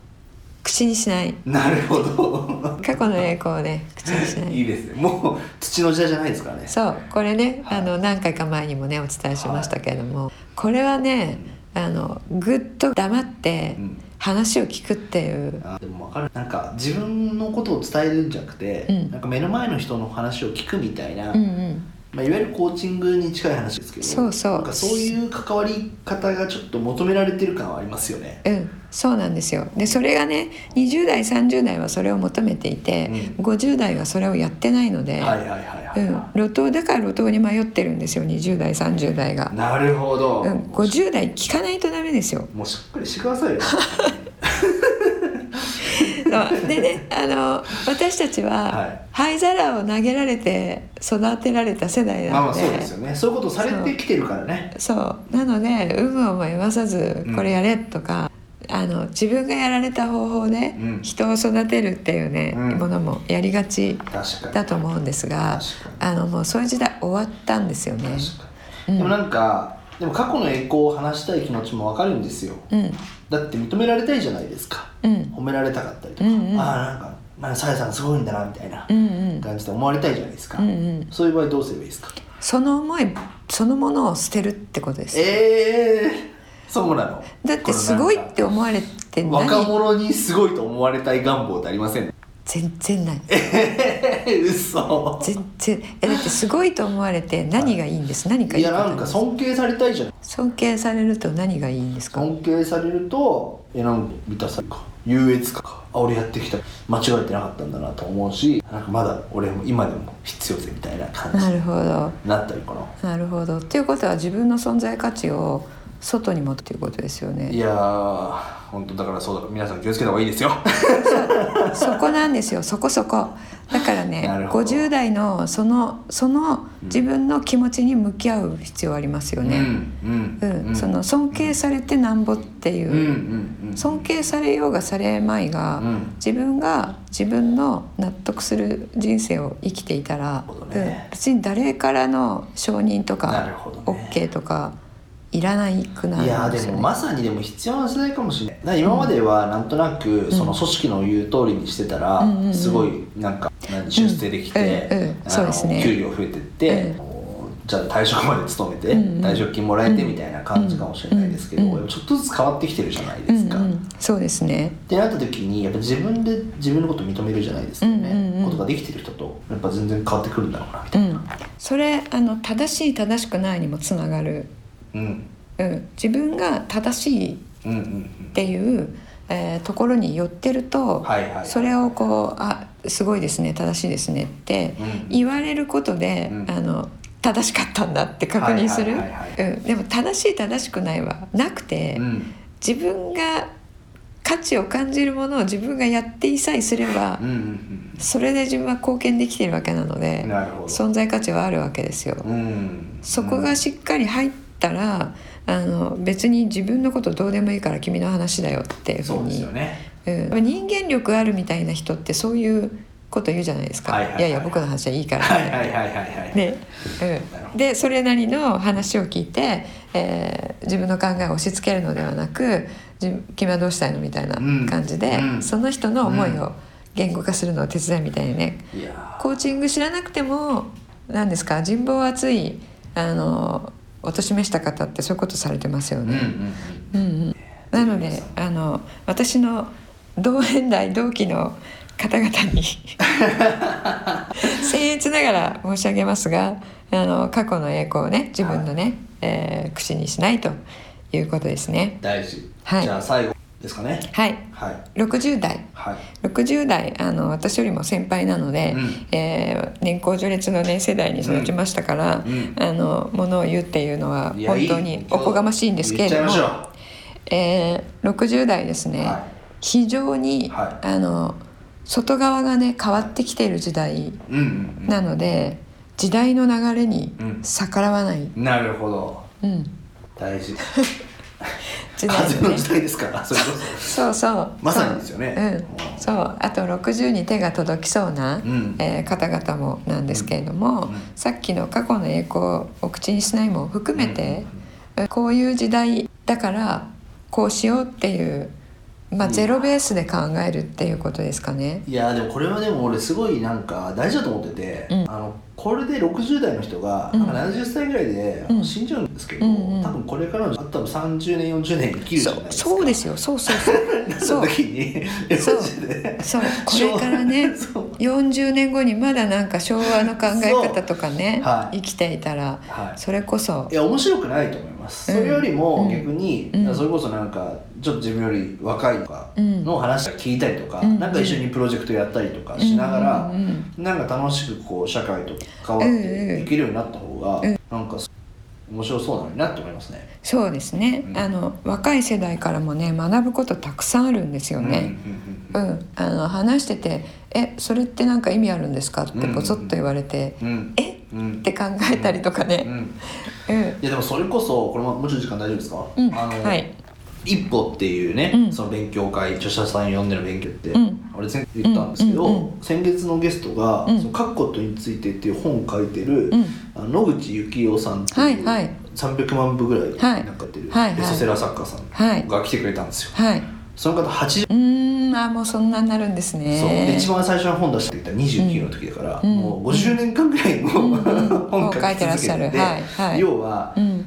Speaker 2: 口にしない
Speaker 3: なるほ
Speaker 2: <laughs>
Speaker 3: ど
Speaker 2: 過去の栄光をね口にしない
Speaker 3: いいですねもう土の時代じゃないですからね
Speaker 2: そうこれね、
Speaker 3: はい
Speaker 2: あの何回か前にもねお伝えしましたけれども、これはねあのぐっと黙って
Speaker 3: うん
Speaker 2: 話を聞くっていう、
Speaker 3: あでも分かるなんか自分のことを伝えるんじゃなくて、
Speaker 2: うん
Speaker 3: なんか目の前の人の話を聞くみたいな、
Speaker 2: うんうん、
Speaker 3: まあ、いわゆるコーチングに近い話ですけど
Speaker 2: そうそう
Speaker 3: なんかそういう関わり方がちょっと求められてる感はありますよね
Speaker 2: うん、そうなんですよでそれがね20代30代はそれを求めていて、50代はそれをやってないので、
Speaker 3: はいはいはいは
Speaker 2: う
Speaker 3: い、
Speaker 2: ん、路頭だから路頭に迷ってるんですよ20代30代が、
Speaker 3: なるほど、
Speaker 2: うん、50代聞かないとダメですよ <laughs>
Speaker 3: もうしっかりしてくださいよ
Speaker 2: そうでねあの私たち
Speaker 3: は
Speaker 2: はい灰皿を投げられて育てられた世代
Speaker 3: ま
Speaker 2: な
Speaker 3: あま
Speaker 2: の
Speaker 3: あ
Speaker 2: で,、
Speaker 3: そうですよねそういうことをされてきてるからね
Speaker 2: そうなので有無をも言わさず
Speaker 3: うん
Speaker 2: これやれとか、あの自分がやられた方法で
Speaker 3: うん
Speaker 2: 人を育てるっていうね、
Speaker 3: うん
Speaker 2: ものもやりがち
Speaker 3: 確か
Speaker 2: だ
Speaker 3: に
Speaker 2: と思うんですが
Speaker 3: 確
Speaker 2: あのもうそういう時代終わったんですよね。
Speaker 3: 確か
Speaker 2: う
Speaker 3: に
Speaker 2: ん
Speaker 3: でもなんかでも過去の栄光を話したい気持ちも分かるんですよ
Speaker 2: うん
Speaker 3: だって認められたいじゃないですか
Speaker 2: うん
Speaker 3: 褒められたかったりとか、
Speaker 2: うんうん
Speaker 3: ああなんかまあさやさんすごいんだなみたいな
Speaker 2: うんうん
Speaker 3: 感じで思われたいじゃないですか、
Speaker 2: うんうん
Speaker 3: そういう場合どうすればいいですか
Speaker 2: その思いそのものを捨てるってことです
Speaker 3: ええー、そうなの
Speaker 2: だってすごい
Speaker 3: これなん
Speaker 2: っ
Speaker 3: か
Speaker 2: て思われて
Speaker 3: 若
Speaker 2: 何
Speaker 3: 者にすごいと思われたい願望ってありません
Speaker 2: 全然ない
Speaker 3: 嘘
Speaker 2: 全然えだってすごいと思われて何がいいんです何かい
Speaker 3: い
Speaker 2: いこ
Speaker 3: や
Speaker 2: とあり
Speaker 3: なん
Speaker 2: ま
Speaker 3: か
Speaker 2: す
Speaker 3: 尊敬されたいじゃん
Speaker 2: 尊敬されると何がいいんですか
Speaker 3: 尊敬されるとえなんか満たされるか優越感かあ俺やってきた間違えてなかったんだなと思うしなんかまだ俺も今でも必要性みたいな感じ
Speaker 2: なる
Speaker 3: に
Speaker 2: ほど
Speaker 3: なったりかな
Speaker 2: なるほどっていうことは自分の存在価値を外に持っていうことですよ
Speaker 3: い
Speaker 2: ね
Speaker 3: やー本当だからそうだから皆さん気をつけた方がいいで
Speaker 2: <laughs>
Speaker 3: すよ
Speaker 2: そこなんですよそこそこだからね
Speaker 3: なるほど
Speaker 2: 50代のそのその自分の気持ちに向き合う必要ありますよ
Speaker 3: うん
Speaker 2: ね、
Speaker 3: うん
Speaker 2: うんその尊敬されてなんぼってい
Speaker 3: うんうん
Speaker 2: う、
Speaker 3: うん
Speaker 2: 尊敬されようがされまいが、
Speaker 3: うん
Speaker 2: 自分が自分の納得する人生を生きていたら
Speaker 3: なるほど、ね
Speaker 2: うん、別に誰からの承認と
Speaker 3: なる
Speaker 2: か、
Speaker 3: ほどね
Speaker 2: OK とかいらないくなる
Speaker 3: い
Speaker 2: ん
Speaker 3: やー
Speaker 2: です
Speaker 3: で
Speaker 2: よ
Speaker 3: も
Speaker 2: ね
Speaker 3: まさにでも必要な世代かもしれないだから今まではなんとなくその組織の言う通りにしてたら
Speaker 2: うんうんうん
Speaker 3: すごいなんか何出世できて
Speaker 2: うんうんうん
Speaker 3: あの
Speaker 2: そうですね
Speaker 3: 給料増えてって
Speaker 2: うん
Speaker 3: あのじゃあ退職まで勤めて
Speaker 2: うんうん
Speaker 3: 退職金もらえてみたいな感じかもしれないですけど
Speaker 2: うんうん
Speaker 3: ちょっとずつ変わってきてるじゃないですか。
Speaker 2: うんう
Speaker 3: っ
Speaker 2: ん、そうですね
Speaker 3: てなった時にやっぱ自分で自分のこと認めるじゃないですかね、
Speaker 2: うんうんうん
Speaker 3: ことができてる人とやっぱ全然変わってくるんだろうなみた
Speaker 2: う
Speaker 3: い
Speaker 2: んそれあの正しい正しくないにもつながる、
Speaker 3: な。うん
Speaker 2: うん、自分が正しい
Speaker 3: うんうん
Speaker 2: っ
Speaker 3: うん
Speaker 2: ていう、えーところに寄ってると、
Speaker 3: はいはいはい
Speaker 2: それをこう「あすごいですね正しいですね」って
Speaker 3: うん
Speaker 2: 言われることで、
Speaker 3: うん
Speaker 2: あの正しかったんだって確認する
Speaker 3: はいはいは
Speaker 2: う
Speaker 3: い
Speaker 2: んでも正しい正しくないはなくて、
Speaker 3: うん
Speaker 2: 自分が価値を感じるものを自分がやっていさえすれば、
Speaker 3: うんうん
Speaker 2: それで自分は貢献できているわけなので
Speaker 3: うんなるほど
Speaker 2: 存在価値はあるわけですよ。
Speaker 3: うん
Speaker 2: そこがしっかり入ったら、あの別に自分のことどうでもいいから君の話だよっていうふ
Speaker 3: そ
Speaker 2: う
Speaker 3: うです
Speaker 2: に
Speaker 3: よね。
Speaker 2: うん、人間力あるみたいな人ってそういうこと言うじゃないですか、
Speaker 3: は
Speaker 2: い
Speaker 3: いはいはい
Speaker 2: やいや僕の話はいいから、
Speaker 3: はいはいはいはいはい。
Speaker 2: ね
Speaker 3: なるほ
Speaker 2: う
Speaker 3: ど
Speaker 2: ん、でそれなりの話を聞いて、えー自分の考えを押し付けるのではなくじ君はどうしたいのみたいな
Speaker 3: うん
Speaker 2: 感じで、
Speaker 3: うん
Speaker 2: その人の思いうを言語化するのを手伝いみたいにね、
Speaker 3: いや
Speaker 2: コーチング知らなくても何ですか人望厚いあのお年めした方ってそういうことされてますよ
Speaker 3: ーうんう
Speaker 2: ね。
Speaker 3: ん
Speaker 2: うんうん、なのであの私の同年代同期の方々に僭越ながら申し上げますがあの過去の栄光をね自分のね、えー口にしないということです
Speaker 3: う
Speaker 2: ね
Speaker 3: ん。大事。
Speaker 2: はい
Speaker 3: じゃあ最後ですかね。
Speaker 2: はい
Speaker 3: はい
Speaker 2: 60代
Speaker 3: はい。
Speaker 2: 60代あの私よりも先輩なので、
Speaker 3: う
Speaker 2: えー年功序列の、ね、世代に育ちましたから、
Speaker 3: うん
Speaker 2: あのものを言うっていうのはい
Speaker 3: やい
Speaker 2: 本
Speaker 3: い
Speaker 2: 当におこがましいんですけれども
Speaker 3: 言っちゃいましょう
Speaker 2: えー60代ですね、
Speaker 3: は
Speaker 2: 非常に、
Speaker 3: は
Speaker 2: あの外側がね変わってきている時代
Speaker 3: うんうん
Speaker 2: なので時代の流れに
Speaker 3: うん
Speaker 2: 逆らわない、 <laughs>
Speaker 3: うん。なるほど。
Speaker 2: うん
Speaker 3: 大事。
Speaker 2: 時代
Speaker 3: 風
Speaker 2: で
Speaker 3: の
Speaker 2: ね
Speaker 3: 時代ですからそれこそ
Speaker 2: そうそう
Speaker 3: まさにですよね
Speaker 2: うんそうあと60に手が届きそうな、
Speaker 3: うん
Speaker 2: えー方々もなんですけれども、
Speaker 3: うん
Speaker 2: さっきの過去の栄光を口にしないも含めて、うんこういう時代だからこうしようっていう、まあ、
Speaker 3: うん
Speaker 2: ゼロベースで考えるっていうことですかね。
Speaker 3: いやでもこれはでも俺すごいなんか大事だと思ってて、
Speaker 2: うん
Speaker 3: あのこれで60代の人が、
Speaker 2: うん
Speaker 3: なんか70歳ぐらいで
Speaker 2: うん
Speaker 3: 死んじゃうんですけど、
Speaker 2: うんうん
Speaker 3: 多分これからの多分30年40年生きるじゃない
Speaker 2: そう
Speaker 3: ですか
Speaker 2: そうですよそうそうそうそ
Speaker 3: <laughs>
Speaker 2: う
Speaker 3: その時に
Speaker 2: そう
Speaker 3: <laughs> マジで
Speaker 2: そうこれからね
Speaker 3: <laughs> そう
Speaker 2: 40年後にまだなんか昭和の考え方とかね、
Speaker 3: そうは
Speaker 2: 生
Speaker 3: い
Speaker 2: きていたら
Speaker 3: はい
Speaker 2: それこそ
Speaker 3: いや面白くないと思います、
Speaker 2: うん
Speaker 3: それよりも逆に、
Speaker 2: うん
Speaker 3: それこそなんかちょっと自分より若いとかの話を聞いたりとか、
Speaker 2: うん
Speaker 3: なんか一緒にプロジェクトやったりとかしながら、
Speaker 2: うんうんうん
Speaker 3: なんか楽しくこう社会と関わっ
Speaker 2: うんうん
Speaker 3: ていけるようになった方が、なんか面白そうなのになって思いますね。
Speaker 2: そうですね、
Speaker 3: うん
Speaker 2: あの若い世代からもね学ぶことたくさんあるんですよね。
Speaker 3: うん
Speaker 2: うん、あの話してて「えそれってなんか意味あるんですか?」っ
Speaker 3: うんう
Speaker 2: て
Speaker 3: ん
Speaker 2: ボソッと言われて
Speaker 3: うんうん
Speaker 2: 「えっ?」
Speaker 3: うん
Speaker 2: て考えたりとか
Speaker 3: う
Speaker 2: ね。
Speaker 3: ん
Speaker 2: うん
Speaker 3: いやでもそれこそこれももうちょっと時間大丈夫ですか、
Speaker 2: うん
Speaker 3: あの
Speaker 2: はい
Speaker 3: 一歩っていうね、
Speaker 2: うん
Speaker 3: その勉強会著者さん呼んでの勉強って、
Speaker 2: うん
Speaker 3: 俺前回言ったんですけど、
Speaker 2: うんうん
Speaker 3: 先月のゲストが「
Speaker 2: うん
Speaker 3: その書くことについて」っていう本を書いてる、
Speaker 2: うん
Speaker 3: あの野口幸雄さんっていう、
Speaker 2: はいはい
Speaker 3: 300万部ぐらい
Speaker 2: はい
Speaker 3: なんか出てる、
Speaker 2: はいはい
Speaker 3: ベストセラー作家さ
Speaker 2: はい
Speaker 3: んが来てくれたんですよ、
Speaker 2: はい、
Speaker 3: その方
Speaker 2: う
Speaker 3: 80
Speaker 2: ーんあもうそんなになるんです
Speaker 3: そうで
Speaker 2: ね。
Speaker 3: 一番最初の本出してきた29の時だから、
Speaker 2: うん
Speaker 3: もう50年間ぐらいの、
Speaker 2: ん
Speaker 3: <laughs> 本書き続けて
Speaker 2: 本書いてらっしゃるはいはい
Speaker 3: 要は、
Speaker 2: うん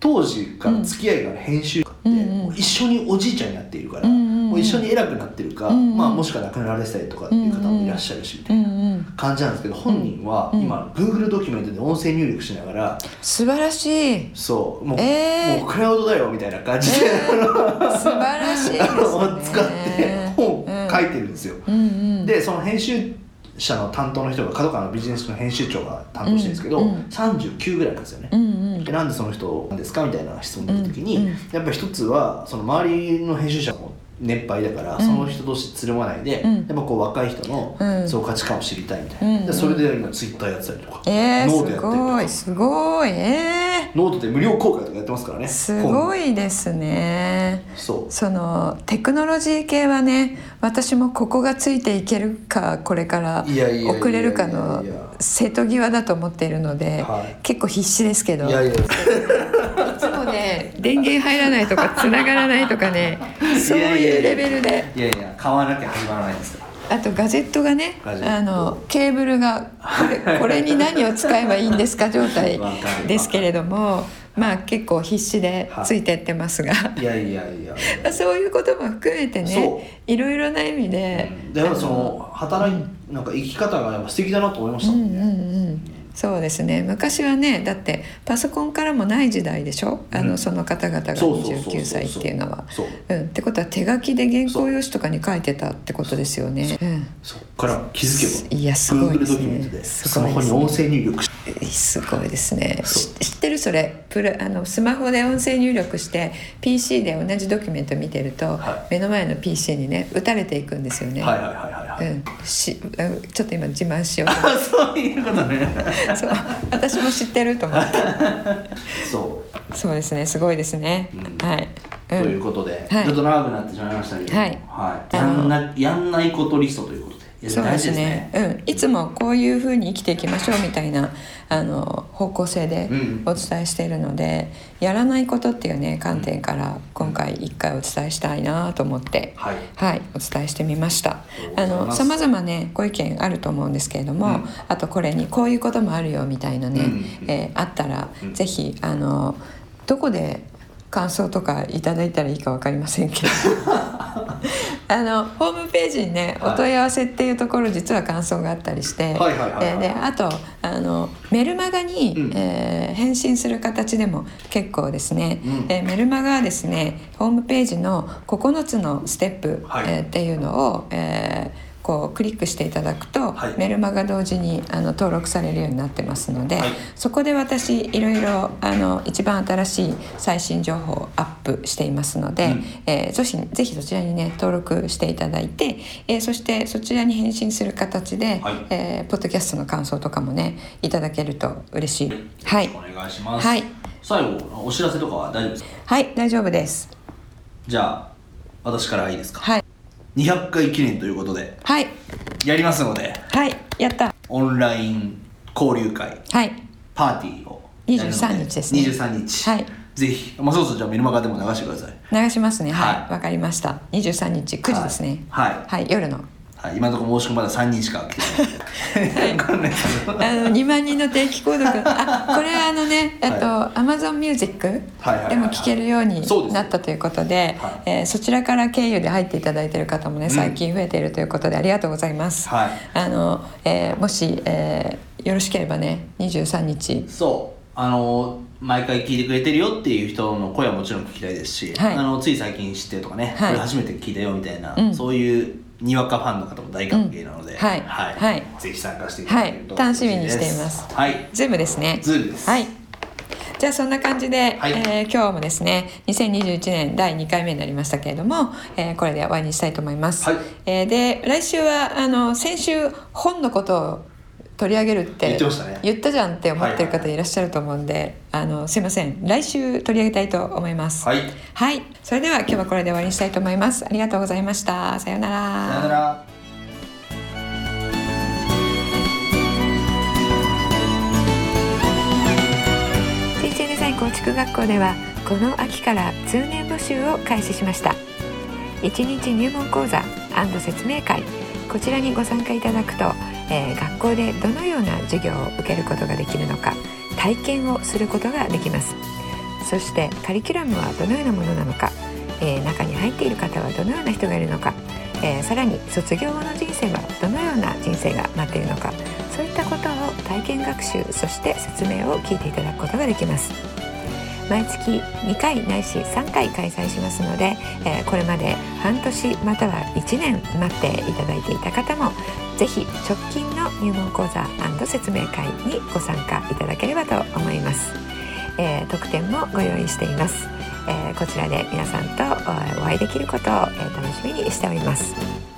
Speaker 3: 当時から付き合いがある編集家っ
Speaker 2: う
Speaker 3: て、
Speaker 2: んうん
Speaker 3: もう一緒におじいちゃんになっているから、
Speaker 2: うんうんうん
Speaker 3: もう一緒に偉くなってるか、
Speaker 2: うんうん
Speaker 3: まあ、もしくは亡くなられてたりとかっていう方もいらっしゃるしみた
Speaker 2: う
Speaker 3: い
Speaker 2: ん
Speaker 3: な
Speaker 2: うん、
Speaker 3: 感じなんですけど本人は
Speaker 2: うん
Speaker 3: 今 Google ドキュメントで音声入力しながら
Speaker 2: 素晴らし
Speaker 3: <laughs>
Speaker 2: い
Speaker 3: そうもう,、
Speaker 2: えー
Speaker 3: もうクラウドだよみたいな感じで、 <laughs>
Speaker 2: 素晴らしいですね
Speaker 3: 使って本を書いてるんですよ。
Speaker 2: うんうんうん
Speaker 3: でその編集者の担当の人が角川のビジネスの編集長が担当してるんですけど、
Speaker 2: うんうん
Speaker 3: 39ぐらいなんですよね。
Speaker 2: うんうん
Speaker 3: でなんでその人なんですかみたいな質問の時に、
Speaker 2: うんうん
Speaker 3: やっぱ一つはその周りの編集者も年配だから、
Speaker 2: ん
Speaker 3: その人同士つるまないで、
Speaker 2: うん
Speaker 3: やっぱこう若い人の、
Speaker 2: うん
Speaker 3: そう価値観を知りたいみたいな、
Speaker 2: うんうん
Speaker 3: でそれで今ツイッターやってたりとか、
Speaker 2: えー、
Speaker 3: ノート
Speaker 2: す
Speaker 3: や
Speaker 2: ご
Speaker 3: っ
Speaker 2: い
Speaker 3: たりとか
Speaker 2: すごいえ
Speaker 3: ノートで無料公開とかやってますからね
Speaker 2: ー、すご
Speaker 3: い
Speaker 2: いですね
Speaker 3: そう
Speaker 2: そのテクノロジー系はね私もここがついていけるかこれから
Speaker 3: いやいやいやいや
Speaker 2: 遅れるかの
Speaker 3: いや
Speaker 2: 瀬戸際だと思っているので
Speaker 3: はい
Speaker 2: 結構必死ですけど
Speaker 3: いやい
Speaker 2: い
Speaker 3: や
Speaker 2: つもね電源入らないとか繋がらないとかねそういうレベルで
Speaker 3: いやいや買わなきゃ始まらないんですから
Speaker 2: あとガジェットがね
Speaker 3: ガジェット
Speaker 2: あのケーブルがこれこれに何を使えばいいんですか状態
Speaker 3: <laughs> わかるわかる
Speaker 2: ですけれどもまあ結構必死でついてってますが、
Speaker 3: いやいやいや
Speaker 2: まあ <laughs> そういうことも含めて
Speaker 3: そ
Speaker 2: ねいろいろな意味で、
Speaker 3: でもその働いなんか生き方がやっぱ素敵だなと思いまし
Speaker 2: う
Speaker 3: た
Speaker 2: ん
Speaker 3: も
Speaker 2: うんん
Speaker 3: ね、
Speaker 2: うんそうですね昔はねだってパソコンからもない時代でしょあの、
Speaker 3: うん
Speaker 2: その方々が
Speaker 3: そうそうそうそうそう
Speaker 2: 29歳っていうのは。
Speaker 3: そう
Speaker 2: うん、ってことは手書きで原稿用紙とかに書いてたってことですよね。うん
Speaker 3: そっから気づけば
Speaker 2: いやすごい
Speaker 3: Google
Speaker 2: ですね
Speaker 3: ドキュメントですス
Speaker 2: ご
Speaker 3: マ
Speaker 2: い
Speaker 3: ホ
Speaker 2: ですね
Speaker 3: に音声入力し
Speaker 2: すごいですね。
Speaker 3: そ
Speaker 2: し知ってるそれプラあのスマホで音声入力して PC で同じドキュメント見てると、
Speaker 3: は
Speaker 2: 目の前の PC にね打たれていくんですよね。
Speaker 3: はいはいはいはいはい、
Speaker 2: うん、しうんちょっと今自慢しようと思っ
Speaker 3: あそういうことね <laughs>
Speaker 2: てそう私も知ってると思って
Speaker 3: そう、
Speaker 2: そうですねすごいですね、
Speaker 3: うん
Speaker 2: はい、
Speaker 3: という
Speaker 2: こ
Speaker 3: ことで、
Speaker 2: はい
Speaker 3: ちょっと長くなってしまいましたけど、
Speaker 2: はい
Speaker 3: はいやんなやんないことリストということでいや
Speaker 2: そう
Speaker 3: 大
Speaker 2: で
Speaker 3: 事
Speaker 2: す
Speaker 3: です
Speaker 2: ね
Speaker 3: ね
Speaker 2: うん、いつもこういうふうに生きていきましょうみたいなあの方向性で
Speaker 3: うん
Speaker 2: お伝えしているので、やらないことっていうね観点から今回一回お伝えしたいなと思って、
Speaker 3: はい
Speaker 2: はい、お伝えしてみました
Speaker 3: り
Speaker 2: あ
Speaker 3: がとうござい
Speaker 2: の
Speaker 3: ます
Speaker 2: 様々ねご意見あると思うんですけれども、
Speaker 3: うん
Speaker 2: あとこれにこういうこともあるよみたいなね、
Speaker 3: うんうんうん
Speaker 2: えーあったら、
Speaker 3: うん
Speaker 2: ぜひあのどこで感想とかいただいたらいいかわかりませんけどあのホームページにね
Speaker 3: はい
Speaker 2: お問い合わせっていうところ実は感想があったりして、
Speaker 3: はいはいはいはい
Speaker 2: えーであとあのメルマガに、
Speaker 3: うん
Speaker 2: えー返信する形でも結構ですね、
Speaker 3: うん
Speaker 2: えーメルマガはですねホームページの9つのステップ、
Speaker 3: はい
Speaker 2: えーっていうのを、えーこうクリックしていただくと、
Speaker 3: はい
Speaker 2: メルマガ同時にあの登録されるようになってますので、
Speaker 3: はい
Speaker 2: そこで私いろいろあの一番新しい最新情報をアップしていますので、
Speaker 3: うん
Speaker 2: えーぜひぜひそちらにね登録していただいて、えーそしてそちらに返信する形で、
Speaker 3: はい
Speaker 2: えーポッドキャストの感想とかもねいただけると嬉しい。はい、
Speaker 3: お願いします、
Speaker 2: はい
Speaker 3: 最後お知らせとかは大丈夫ですか
Speaker 2: はい、大丈夫です。
Speaker 3: じゃあ私からいいですか
Speaker 2: はい
Speaker 3: 200回記念ということで
Speaker 2: はい
Speaker 3: やりますので
Speaker 2: はいやった
Speaker 3: オンライン交流会
Speaker 2: はい
Speaker 3: パーティーをやるの
Speaker 2: 23日ですね
Speaker 3: 23日
Speaker 2: はい
Speaker 3: ぜひまあそうそうじゃあメルマガでも流してください
Speaker 2: 流しますねはい
Speaker 3: は
Speaker 2: わ
Speaker 3: い、
Speaker 2: かりました23日9時ですね
Speaker 3: はい
Speaker 2: はい、夜の
Speaker 3: はい、今のところ申し込みまだ3人しか来てないわか
Speaker 2: <laughs>
Speaker 3: んないけ
Speaker 2: あ
Speaker 3: ど
Speaker 2: の2万人の定期購読あこれはあのねえっと、
Speaker 3: は
Speaker 2: Amazon Music
Speaker 3: はいはいはいはい
Speaker 2: でも聴けるように
Speaker 3: そうですね
Speaker 2: なったということで
Speaker 3: は
Speaker 2: えーそちらから経由で入っていただいている方もね最近増えているということでありがとうございます、
Speaker 3: はい
Speaker 2: あのえーもし、えーよろしければね23日
Speaker 3: そうあの毎回聞いてくれてるよっていう人の声はもちろん聞きたいですし、
Speaker 2: はい
Speaker 3: あのつい最近知ってるとかね、
Speaker 2: はい
Speaker 3: これ初めて聞いたよみたいな、
Speaker 2: うん
Speaker 3: そういうにわかファンの方も大歓迎なので、
Speaker 2: うんはいはい
Speaker 3: ぜひ参加していただけると、
Speaker 2: はい楽しみにしています
Speaker 3: はい
Speaker 2: ズームですね
Speaker 3: ズームです
Speaker 2: はいじゃあそんな感じで、
Speaker 3: はい
Speaker 2: えー今日もですね2021年第2回目になりましたけれども、えーこれで終わりにしたいと思います、
Speaker 3: はい
Speaker 2: えーで来週はあの先週本のことを取り上げるって
Speaker 3: 言ってましたね
Speaker 2: 言ったじゃんって思ってる
Speaker 3: はいはい
Speaker 2: 方いらっしゃると思うんで、あのすいません来週取り上げたいと思います
Speaker 3: はい
Speaker 2: はい、それでは今日はこれで終わりにしたいと思いますありがとうございましたさようなら
Speaker 3: さよなら
Speaker 2: 水中デザイン構築学校ではこの秋から通年募集を開始しました1日入門講座説明会こちらにご参加いただくと、えー学校でどのような授業を受けることができるのか体験をすることができますそしてカリキュラムはどのようなものなのか、えー中に入っている方はどのような人がいるのか、えーさらに卒業後の人生はどのような人生が待っているのかそういったことを体験学習そして説明を聞いていただくことができます毎月2回ないし3回開催しますので、えーこれまで半年または1年待っていただいていた方もぜひ直近の入門講座説明会にご参加いただければと思います、えー特典もご用意しています、えーこちらで皆さんとえーお会いできることをえー楽しみにしております